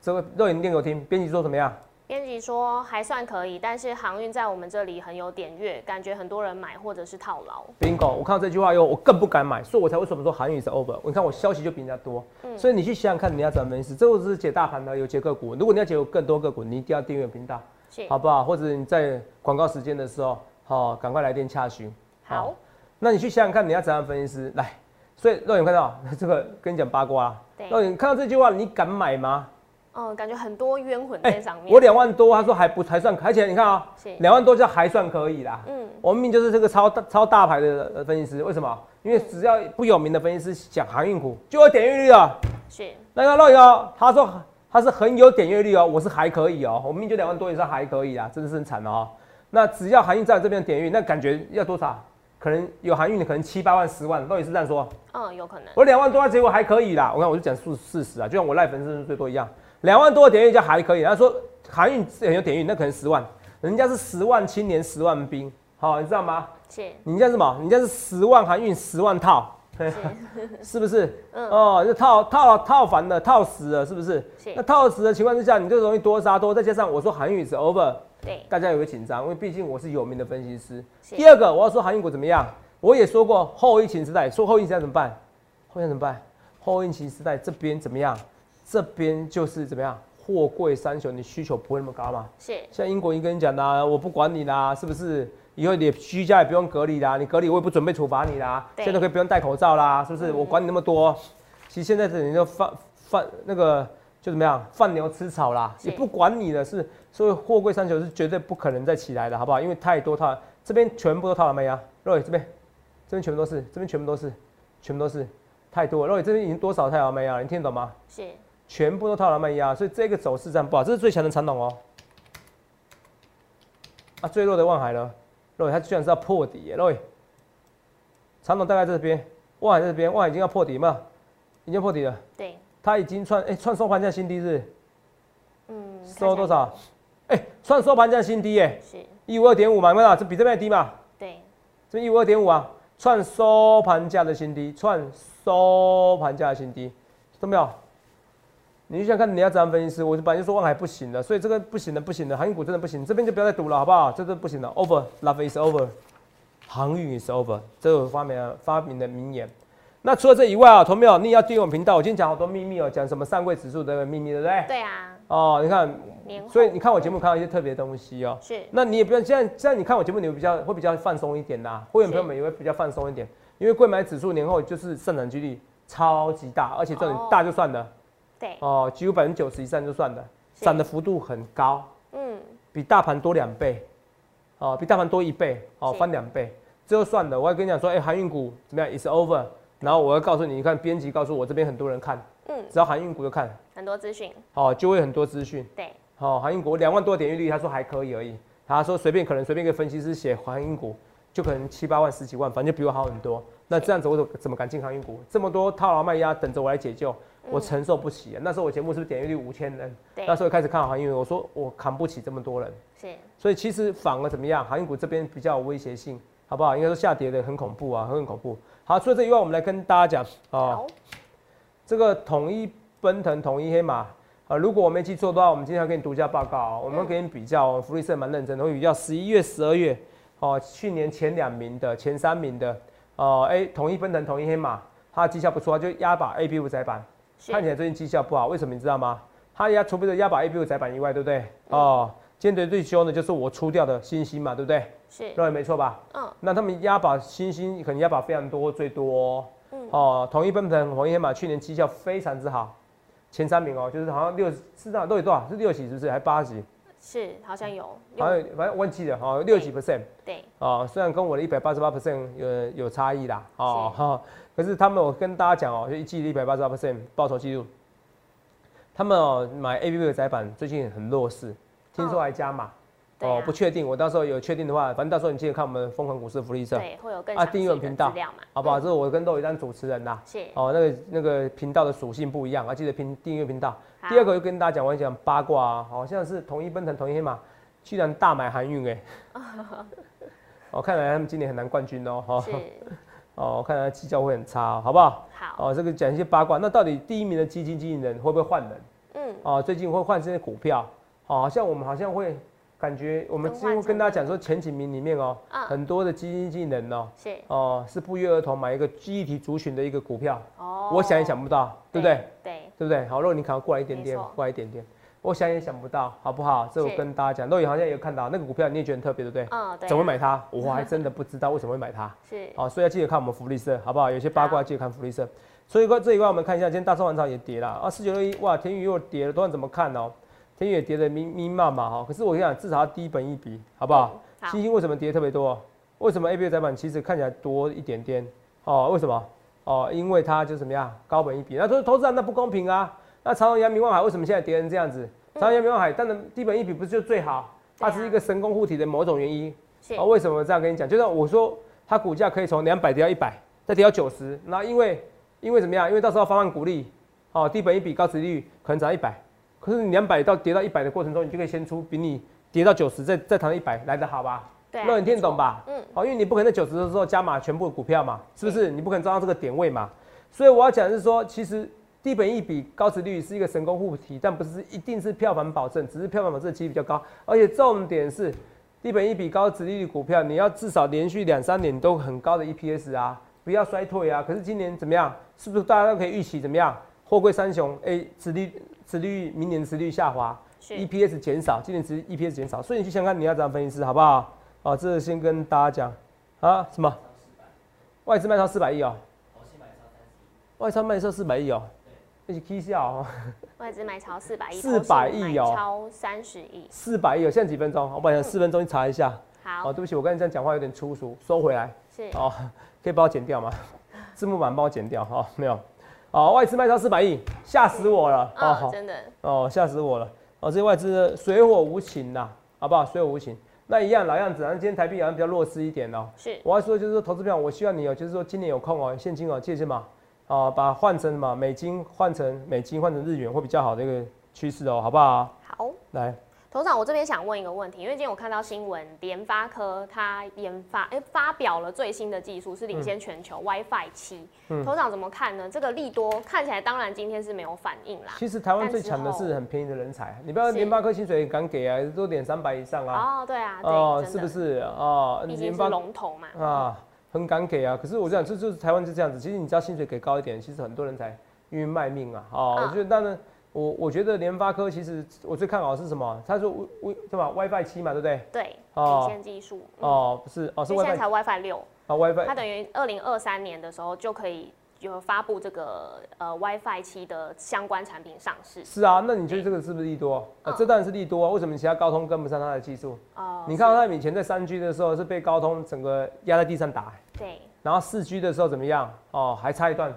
[SPEAKER 2] 这个肉眼念给我听，编辑说怎么样？
[SPEAKER 1] 编辑说还算可以，但是航运在我们这里很有点阅，感觉很多人买或者是套牢。
[SPEAKER 2] bingo，我看到这句话以后，我更不敢买，所以我才为什么说韩语是 over。你看我消息就比人家多，
[SPEAKER 1] 嗯
[SPEAKER 2] 所以你去想想看，你要怎么分析？这个是解大盘的，有解个股。如果你要解有更多个股，你一定要订阅频道，
[SPEAKER 1] 是，
[SPEAKER 2] 好不好？或者你在广告时间的时候，好、赶快来电洽询。
[SPEAKER 1] 好，
[SPEAKER 2] 那你去想想看，你要怎样分析师来？所以肉眼看到 (laughs) 这个，跟你讲八卦啊。
[SPEAKER 1] 对，
[SPEAKER 2] 肉眼看到这句话，你敢买吗？
[SPEAKER 1] 嗯，感觉很多冤魂
[SPEAKER 2] 哎
[SPEAKER 1] 在上面。
[SPEAKER 2] 我两万多，他说还不还算，而且你看啊、
[SPEAKER 1] 是
[SPEAKER 2] 两万多叫还算可以啦。
[SPEAKER 1] 嗯，
[SPEAKER 2] 我明明就是这个超大超大牌的呃分析师，为什么？因为只要不有名的分析师讲航运股，就有点阅率了。
[SPEAKER 1] 是，
[SPEAKER 2] 那个陆友他说他是很有点阅率哦，我是还可以哦，我明明就两万多以上还可以啦，真的是很惨哦。那只要航运在这边点阅，那感觉要多少？可能有航运的可能七八万、十万，到底是这样说？
[SPEAKER 1] 嗯，有可能。
[SPEAKER 2] 我两万多，结果还可以啦。我看我就讲事事实啊，就像我赖粉丝最多一样，两万多的点阅就还可以。他说航运很有点阅，那可能十万，人家是十万青年、十万兵，好、你知道吗？
[SPEAKER 1] 是，
[SPEAKER 2] 你家是什么？你家是十万航运十万套，是不是？
[SPEAKER 1] 嗯
[SPEAKER 2] 哦，就套套套烦了，套死了，是不是？
[SPEAKER 1] 是
[SPEAKER 2] 那套死的情况之下，你就容易多杀多，再加上我说航运是 over，
[SPEAKER 1] 对，
[SPEAKER 2] 大家也会紧张，因为毕竟我是有名的分析师。
[SPEAKER 1] 是
[SPEAKER 2] 第二个，我要说航运股怎么样？我也说过后疫情时代，说后疫情时代怎么办？后疫情怎么办？后疫情时代这边怎么样？这边就是怎么样？货柜三雄，你需求不会那么高嘛？
[SPEAKER 1] 是，
[SPEAKER 2] 像英国已经跟你讲啦，我不管你啦，是不是？以后你居家也不用隔离啦，你隔离我也不准备处罚你啦，
[SPEAKER 1] 对嗯
[SPEAKER 2] 现在都可以不用戴口罩啦，是不是？我管你那么多。其实现在等于就放放那个就怎么样，放牛吃草啦，
[SPEAKER 1] 是
[SPEAKER 2] 也不管你了，是所以货柜三九是绝对不可能再起来的，好不好？因为太多套，这边全部都套了没啊？肉这边，这边全部都是，这边全部都是，全部都是，太多了。肉这边已经多少套了没啊？你听得懂吗？
[SPEAKER 1] 是，
[SPEAKER 2] 全部都套牢卖压，所以这个走势这样不好，这是最强的长龙哦。啊，最弱的望海呢？肉它居然是要破底耶，肉长龙大概在这边，望海在这边，望海已经要破底嘛，已经破底了，
[SPEAKER 1] 对，
[SPEAKER 2] 它已经创哎、创收盘价新低是
[SPEAKER 1] 嗯，看起
[SPEAKER 2] 收
[SPEAKER 1] 来
[SPEAKER 2] 多？少？哎、创收盘价新低耶，
[SPEAKER 1] 是，
[SPEAKER 2] 一五二点五嘛，有没有？这比这边还低嘛？
[SPEAKER 1] 对，
[SPEAKER 2] 这一五二点五啊，创收盘价的新低，创收盘价的新低，懂没有？你就想看你要怎样分析师，我就本来就说望海不行了，所以这个不行了，不行了，航运股真的不行，这边就不要再赌了，好不好？这都不行了，over，love is over，航运 is over，这是我发明的发明的名言。那除了这以外啊，同没有，你也要订阅我们频道，我今天讲好多秘密哦，讲什么上柜指数的秘密，对不对？
[SPEAKER 1] 对啊，
[SPEAKER 2] 哦，你看，
[SPEAKER 1] 年
[SPEAKER 2] 所以
[SPEAKER 1] 后
[SPEAKER 2] 你看我节目看到一些特别的东西哦。
[SPEAKER 1] 是，
[SPEAKER 2] 那你也不要这样，这样你看我节目，你会比较会比较放松一点啦。会员朋友们也会比较放松一点，因为贵买指数年后就是上涨几率超级大，而且这种
[SPEAKER 1] 哦
[SPEAKER 2] 大就算了
[SPEAKER 1] 对，
[SPEAKER 2] 哦、几乎百分之九十以上就算了，
[SPEAKER 1] 是
[SPEAKER 2] 涨的幅度很高，
[SPEAKER 1] 嗯，
[SPEAKER 2] 比大盘多两倍，哦、比大盘多一倍，哦、
[SPEAKER 1] 是
[SPEAKER 2] 翻两倍，这就算了。我还跟你讲说，哎、航运股怎么样？It's over。然后我要告诉你，你看编辑告诉我这边很多人看，
[SPEAKER 1] 嗯，
[SPEAKER 2] 只要航运股就看，
[SPEAKER 1] 很多资讯，
[SPEAKER 2] 哦、就会很多资讯。
[SPEAKER 1] 对，
[SPEAKER 2] 好、航运股两万多点阅率，他说还可以而已。他说随便可能随便一个分析师写航运股，就可能七八万、十几万，反正就比我好很多。那这样子我怎怎么敢进航运股？这么多套牢卖压等着我来解救，我承受不起啊、那时候我节目是不是点阅率五千人？
[SPEAKER 1] 对
[SPEAKER 2] 那，时候开始看好航运股，我说我扛不起这么多人，
[SPEAKER 1] 是，
[SPEAKER 2] 所以其实反而怎么样，航运股这边比较有威胁性，好不好？应该说下跌的很恐怖啊，很恐怖。好，除了这以外，我们来跟大家讲哦。
[SPEAKER 1] 好，
[SPEAKER 2] 这个统一奔腾、统一黑马，呃，如果我没记错的话，我们今天要跟你独家报告哦、我们给你比较、哦，福利社蛮认真的，会比较十一月、十二月，哦，去年前两名的、前三名的，哦，哎，统一奔腾、统一黑马，它的绩效不错，它就压把 A B 五窄板，看起
[SPEAKER 1] 是，
[SPEAKER 2] 来最近绩效不好，为什么你知道吗？它压除非是压把 A B 五窄板以外，对不对？哦，今天最凶的就是我出掉的星星嘛，对不对？
[SPEAKER 1] 是，
[SPEAKER 2] 认为没错吧？
[SPEAKER 1] 嗯，
[SPEAKER 2] 那他们押宝星星可能押宝非常多，最多哦。
[SPEAKER 1] 嗯
[SPEAKER 2] 哦，统一奔腾、红一黑马去年绩效非常之好，前三名哦，就是好像六是多少都有多少是六喜是不是？还八喜？
[SPEAKER 1] 是好像有
[SPEAKER 2] 好
[SPEAKER 1] 六
[SPEAKER 2] 像反正忘记了，好六十几 percent
[SPEAKER 1] 对
[SPEAKER 2] 哦，虽然跟我的一百八十八 percent 有有差异啦，哦哈、可是他们我跟大家讲哦，就一季的一百八十八 percent 报酬记录，他们哦买 A P P 的窄板最近很弱势，听说还加码，
[SPEAKER 1] 嗯对啊
[SPEAKER 2] 哦不确定，我到时候有确定的话，反正到时候你记得看我们疯狂股市福利社，
[SPEAKER 1] 对，会有更
[SPEAKER 2] 啊
[SPEAKER 1] 详
[SPEAKER 2] 订
[SPEAKER 1] 细
[SPEAKER 2] 阅
[SPEAKER 1] 的
[SPEAKER 2] 频道
[SPEAKER 1] 资料嘛，
[SPEAKER 2] 好不好？这是我跟肉一当主持人啦，
[SPEAKER 1] 嗯？是
[SPEAKER 2] 哦，那个那个频道的属性不一样啊，记得频订阅频道。
[SPEAKER 1] 好
[SPEAKER 2] 第二个就跟大家讲，我讲八卦啊，好像是同一奔腾、同一黑马，居然大买航运哎、哦，看来他们今年很难冠军哦，哈、
[SPEAKER 1] 是
[SPEAKER 2] 哦，看来绩效会很差、哦，好不好？
[SPEAKER 1] 好，
[SPEAKER 2] 哦，这个讲一些八卦，那到底第一名的基金经理人会不会换人？
[SPEAKER 1] 嗯，
[SPEAKER 2] 哦，最近会换这些股票，哦，好像我们好像会感觉，我们
[SPEAKER 1] 更
[SPEAKER 2] 之
[SPEAKER 1] 换
[SPEAKER 2] 前
[SPEAKER 1] 成
[SPEAKER 2] 跟大家讲说前几名里面哦，
[SPEAKER 1] 嗯
[SPEAKER 2] 很多的基金经理人哦，
[SPEAKER 1] 是
[SPEAKER 2] 哦，是不约而同买一个集体族群的一个股票，
[SPEAKER 1] 哦，
[SPEAKER 2] 我想也想不到，对不对？？
[SPEAKER 1] 对，
[SPEAKER 2] 对不对？好，肉你看过来一点点
[SPEAKER 1] 没错，
[SPEAKER 2] 过来一点点。我想也想不到，好不好？这我
[SPEAKER 1] 是
[SPEAKER 2] 跟大家讲，肉眼好像也有看到那个股票，你也觉得很特别，对不对？
[SPEAKER 1] 嗯，对啊，
[SPEAKER 2] 怎么买它？我还真的不知道为什么会买它。
[SPEAKER 1] 是
[SPEAKER 2] 好、所以要记得看我们福利社，好不好？有些八卦记得看福利社。所以说这一块我们看一下，今天大宋王朝也跌了啊，四九六一，哇，天宇又跌了，多然怎么看哦？天宇也跌得迷迷麻麻哈，可是我跟你讲，至少要低本一笔，好不好？
[SPEAKER 1] 嗯好
[SPEAKER 2] 星星为什么跌特别多？为什么 A B 窄板其实看起来多一点点？哦，为什么？哦，因为它就怎么样，高本一笔。那投投资人那不公平啊！那长荣、阳明、万海为什么现在跌成这样子？长荣、阳明、万海，当然低本一笔不是就最好？它
[SPEAKER 1] 对啊
[SPEAKER 2] 只是一个神功护体的某种原因。
[SPEAKER 1] 是
[SPEAKER 2] 啊、为什么这样跟你讲？就像我说，它股价可以从两百跌到一百，再跌到九十，那因为因为怎么样？因为到时候发放股利，哦，低本一比高值率可能涨一百，可是你两百到跌到一百的过程中，你就可以先出比你跌到九十再再谈一百来的好吧？
[SPEAKER 1] 对啊，
[SPEAKER 2] 那你听懂吧？
[SPEAKER 1] 嗯，
[SPEAKER 2] 好、因为你不可能在九十的时候加码全部的股票嘛，是不是？你不可能抓到这个点位嘛。所以我要讲的是说，其实低本一比高值率是一个神功护体，但不是一定是票房保证，只是票房保证期比较高，而且重点是低本一比高值利率股票，你要至少连续两三年都很高的 EPS 啊，不要衰退啊。可是今年怎么样？是不是大家都可以预期怎么样？货柜三雄，哎、殖利殖利率明年殖利率下滑，
[SPEAKER 1] 是
[SPEAKER 2] EPS E 减少，今年只是 EPS 减少，所以你去想看你要怎样分析师好不好？啊，这先跟大家讲啊，什么？外资卖超四百亿哦，外资卖超四百亿哦，一起 K 下哦，
[SPEAKER 1] 外资买超四百亿，
[SPEAKER 2] 400
[SPEAKER 1] 投信
[SPEAKER 2] 亿
[SPEAKER 1] 买
[SPEAKER 2] 哦
[SPEAKER 1] 超三十亿，
[SPEAKER 2] 四百亿哦，现在几分钟？我把你四分钟去查一下。
[SPEAKER 1] 好
[SPEAKER 2] 哦，，对不起，我刚才这样讲话有点粗俗，收回来。
[SPEAKER 1] 是
[SPEAKER 2] 哦，可以帮我剪掉吗？
[SPEAKER 1] (laughs)
[SPEAKER 2] 字幕版帮我剪掉哈、哦，没有。哦，外资卖超四百亿，吓死我了！哦，
[SPEAKER 1] 嗯，
[SPEAKER 2] 好
[SPEAKER 1] 真的
[SPEAKER 2] 哦，吓死我了！哦，这些外资水火无情呐、好不好？水火无情。那一样老样子，那今天台币好像比较弱势一点哦。
[SPEAKER 1] 是
[SPEAKER 2] 我要说就是说，投资票，我希望你有，就是说今年有空哦，现金哦，借钱嘛，哦，把换成什么美金换成美金换成日元会比较好的一个趋势哦，好不好？
[SPEAKER 1] 好。
[SPEAKER 2] 来，
[SPEAKER 1] 头长，我这边想问一个问题，因为今天我看到新闻，联发科它研发哎、诶发表了最新的技术，是领先全球
[SPEAKER 2] 嗯
[SPEAKER 1] WiFi 七、头长怎么看呢？这个利多看起来当然今天是没有反应啦。
[SPEAKER 2] 其实台湾
[SPEAKER 1] 但
[SPEAKER 2] 最
[SPEAKER 1] 之
[SPEAKER 2] 强的
[SPEAKER 1] 后
[SPEAKER 2] 是很便宜的人才，你不要
[SPEAKER 1] 是
[SPEAKER 2] 联发科薪水也敢给啊，都点三百以上啊。
[SPEAKER 1] 哦，对啊，对，
[SPEAKER 2] 哦，
[SPEAKER 1] 真
[SPEAKER 2] 是
[SPEAKER 1] 的
[SPEAKER 2] 不？是哦，
[SPEAKER 1] 毕
[SPEAKER 2] 联
[SPEAKER 1] 竟是龙头嘛。
[SPEAKER 2] 啊，很敢给啊。可是我这样，这就是台湾就这样子。其实你只要薪水给高一点，其实很多人才愿意卖命啊。哦，
[SPEAKER 1] 嗯
[SPEAKER 2] 我觉得当然，我我觉得联发科其实我最看好的是什么？他说 Wi- Wi 对吧？WiFi 七嘛，对不对？
[SPEAKER 1] 对，
[SPEAKER 2] 哦
[SPEAKER 1] 领先技术。嗯、
[SPEAKER 2] 哦，不是，哦是
[SPEAKER 1] 因为现在
[SPEAKER 2] WiFi
[SPEAKER 1] 才 WiFi 六，
[SPEAKER 2] 啊
[SPEAKER 1] 它
[SPEAKER 2] ，WiFi
[SPEAKER 1] 等于二零二三年的时候就可以有发布这个呃 WiFi 七的相关产品上市。
[SPEAKER 2] 是啊。那你觉得这个是不是利多？啊
[SPEAKER 1] 嗯，
[SPEAKER 2] 这当然是利多啊。为什么其他高通跟不上它的技术？
[SPEAKER 1] 哦、
[SPEAKER 2] 你看
[SPEAKER 1] 是
[SPEAKER 2] 到他们以前在三 G 的时候是被高通整个压在地上打，
[SPEAKER 1] 对，
[SPEAKER 2] 然后四 G 的时候怎么样？哦，还差一段。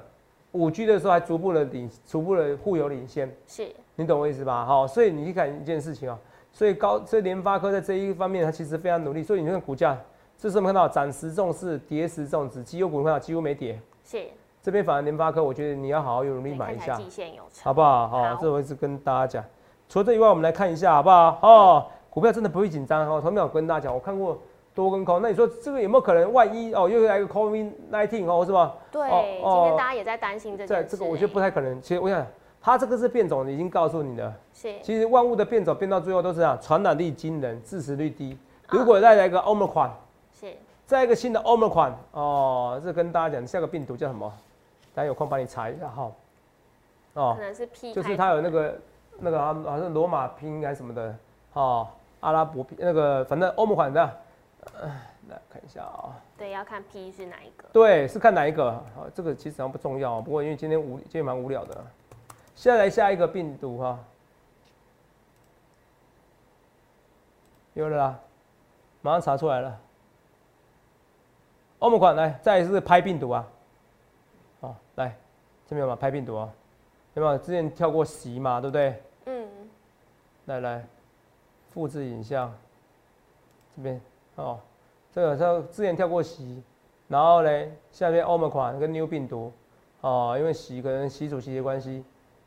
[SPEAKER 2] 五 G 的时候还逐步的领，逐步的互有领先。
[SPEAKER 1] 是
[SPEAKER 2] 你懂我意思吧？好、所以你去看一件事情啊、所以高，所以联发科在这一方面，它其实非常努力。所以你看股价，这次我们看到涨时重视，跌时重视，绩优股你看到几乎没跌，
[SPEAKER 1] 是，
[SPEAKER 2] 这边反而联发科，我觉得你要好好有努力
[SPEAKER 1] 对看
[SPEAKER 2] 买一
[SPEAKER 1] 起来
[SPEAKER 2] 下，
[SPEAKER 1] 季线有成。
[SPEAKER 2] 好不好？好、
[SPEAKER 1] 好
[SPEAKER 2] 这我一直跟大家讲。除了这以外，我们来看一下好不好？哦，股票真的不会紧张哦。同学们，我跟大家讲，我看过多跟空，那你说这个有没有可能？万一哦，又来个 COVID nineteen 哦，是吧？
[SPEAKER 1] 对，
[SPEAKER 2] 哦
[SPEAKER 1] 今天
[SPEAKER 2] 哦
[SPEAKER 1] 大家也在担心这件
[SPEAKER 2] 在
[SPEAKER 1] 事、
[SPEAKER 2] 这个我觉得不
[SPEAKER 1] 哎
[SPEAKER 2] 太可能。其实我想，它这个是变种，已经告诉你了。
[SPEAKER 1] 是
[SPEAKER 2] 其实万物的变种变到最后都是这样，传染力惊人，致死率低。如果再来一个 Omicron，
[SPEAKER 1] 是
[SPEAKER 2] 再一个新的 Omicron，哦，这跟大家讲，下个病毒叫什么？大家有空帮你查一下哈。哦
[SPEAKER 1] 可，能是 P
[SPEAKER 2] 就是
[SPEAKER 1] 开
[SPEAKER 2] 它
[SPEAKER 1] 头
[SPEAKER 2] 有那个那个好像罗马拼音还是什么的，哦，阿拉伯拼那个反正 Omicron 的，呃来看一下啊、
[SPEAKER 1] 对，要看 P 是哪一个。
[SPEAKER 2] 对，是看哪一个？好，这个其实好像不重要哦，不过因为今天无今天蛮无聊的。现在来下一个病毒哈，有了啦，马上查出来了。欧盟款来，再来是拍病毒啊，好、来，这边有吗？拍病毒啊，有没有？之前跳过席嘛，对不对？
[SPEAKER 1] 嗯，
[SPEAKER 2] 来来，复制影像，这边哦，这个它之前跳过习，然后嘞下面 Omicron 跟 New 病毒哦，因为习可能习主席的关系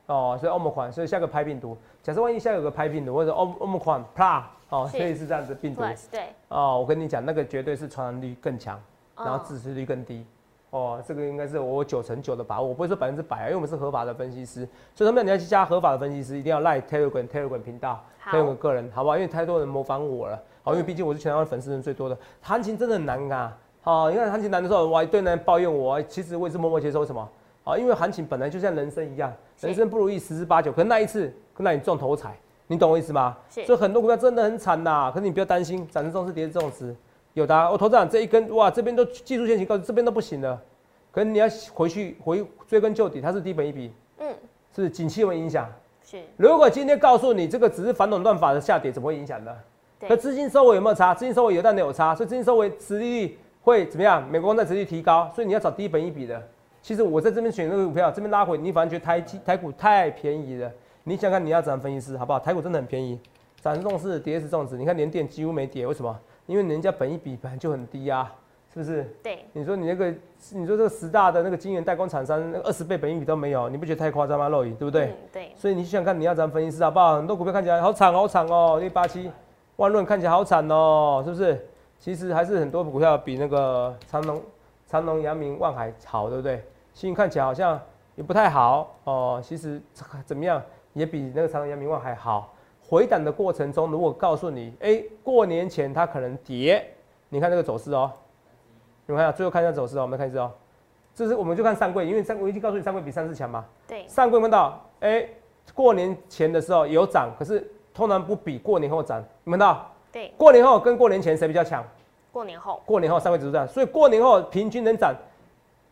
[SPEAKER 2] 哦，所以 Omicron，所以下个拍病毒，假设万一下有个拍病毒或者 Om Omicron Plus 哦，
[SPEAKER 1] 是
[SPEAKER 2] 所以是这样子病毒
[SPEAKER 1] plus 对，
[SPEAKER 2] 哦，我跟你讲，那个绝对是传染力更强，然后
[SPEAKER 1] 哦
[SPEAKER 2] 致死率更低。哦，这个应该是我九成九的把握，我不会说百分之百啊，因为我们是合法的分析师，所以他们你要去加合法的分析师，一定要赖 Telegram Telegram 频道
[SPEAKER 1] 好
[SPEAKER 2] ，Telegram 个人，好不好？因为太多人模仿我了，好，因为毕竟我是全台湾粉丝人最多的，弹琴真的很难啊。好、你看弹琴难的时候，我还对人抱怨我，其实我也是默默接受为什么？好，啊因为弹琴本来就像人生一样，
[SPEAKER 1] 是
[SPEAKER 2] 人生不如意十之八九，可是那一次，可那你中头彩，你懂我意思吗？
[SPEAKER 1] 是
[SPEAKER 2] 所以很多股票真的很惨呐、可是你不要担心，涨是重视，跌是重视。有的啊、我头涨这一根，哇，这边都技术线型告诉这边都不行了。可是你要回去回追根究底，它是低本一比，
[SPEAKER 1] 嗯，
[SPEAKER 2] 是景气有没有影响。
[SPEAKER 1] 是
[SPEAKER 2] 如果今天告诉你这个只是反垄断法的下跌，怎么会影响呢？
[SPEAKER 1] 对
[SPEAKER 2] 可资金收尾有没有差？资金收尾有但没有差，所以资金收尾殖利率会怎么样？美国公债殖利率提高，所以你要找低本一比的。其实我在这边选这个股票，这边拉回，你反而觉得台积台股太便宜了。你想看你要涨分析师好不好？台股真的很便宜，涨重视跌是重视。你看连电几乎没跌，为什么？因为人家本一比本来就很低啊，是不是？
[SPEAKER 1] 对，
[SPEAKER 2] 你说你那个，你说这个十大的那个晶圆代工厂商，那二十倍本益比都没有，你不觉得太夸张吗？肉眼对不对？
[SPEAKER 1] 嗯对，
[SPEAKER 2] 所以你想看你要咱分析师好不好？很多股票看起来好惨好惨哦，一八七万润看起来好惨哦，是不是？其实还是很多股票比那个长隆、长隆、阳明、万海好，对不对？星云看起来好像也不太好哦，其实怎么样也比那个长隆、阳明、万海好。回档的过程中，如果告诉你，哎、过年前它可能跌，你看这个走势哦，你们看、啊、最后看一下走势哦，我们看一下哦，这是我们就看上柜，因为上柜我已经告诉你上柜比上市强嘛，
[SPEAKER 1] 对，
[SPEAKER 2] 上柜问到，哎、过年前的时候有涨，可是通常不比过年后涨。你们知道，
[SPEAKER 1] 对，
[SPEAKER 2] 过年后跟过年前谁比较强？
[SPEAKER 1] 过年后，
[SPEAKER 2] 过年后上柜指数涨，所以过年后平均能涨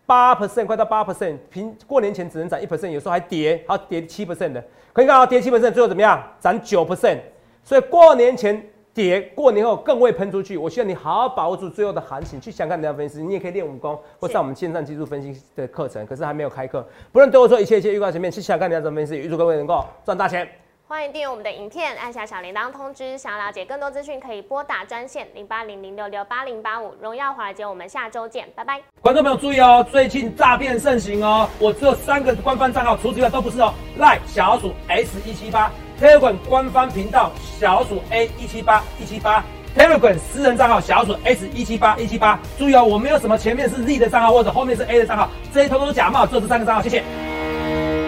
[SPEAKER 2] 八 percent，快到八 percent，平过年前只能涨一 percent，有时候还跌，还要跌七 percent 的。可你看啊，跌七 percent，最后怎么样？涨九 percent。所以过年前跌，过年后更会喷出去。我希望你好好把握住最后的行情，去想看你的分析师，你也可以练武功，或上我们线上技术分析的课程。可是还没有开课，不论对我说一切一切预告前面，去想看你的分析师，预祝各位能够赚大钱。
[SPEAKER 1] 欢迎订阅我们的影片，按下小铃铛通知。想要了解更多资讯，可以拨打专线零八零零六六八零八五。荣耀华尔街，我们下周见，拜拜。
[SPEAKER 2] 观众朋友注意哦，最近诈骗盛行哦，我只有三个官方账号，除此之外都不是哦。赖小老鼠 S 一七八，Telegram 官方频道小老鼠 A 一七八一七八，Telegram 私人账号小老鼠 S 一七八一七八。注意哦，我没有什么前面是 Z 的账号或者后面是 A 的账号，这些通通都假冒，只有这三个账号，谢谢。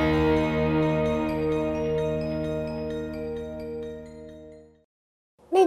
[SPEAKER 1] 立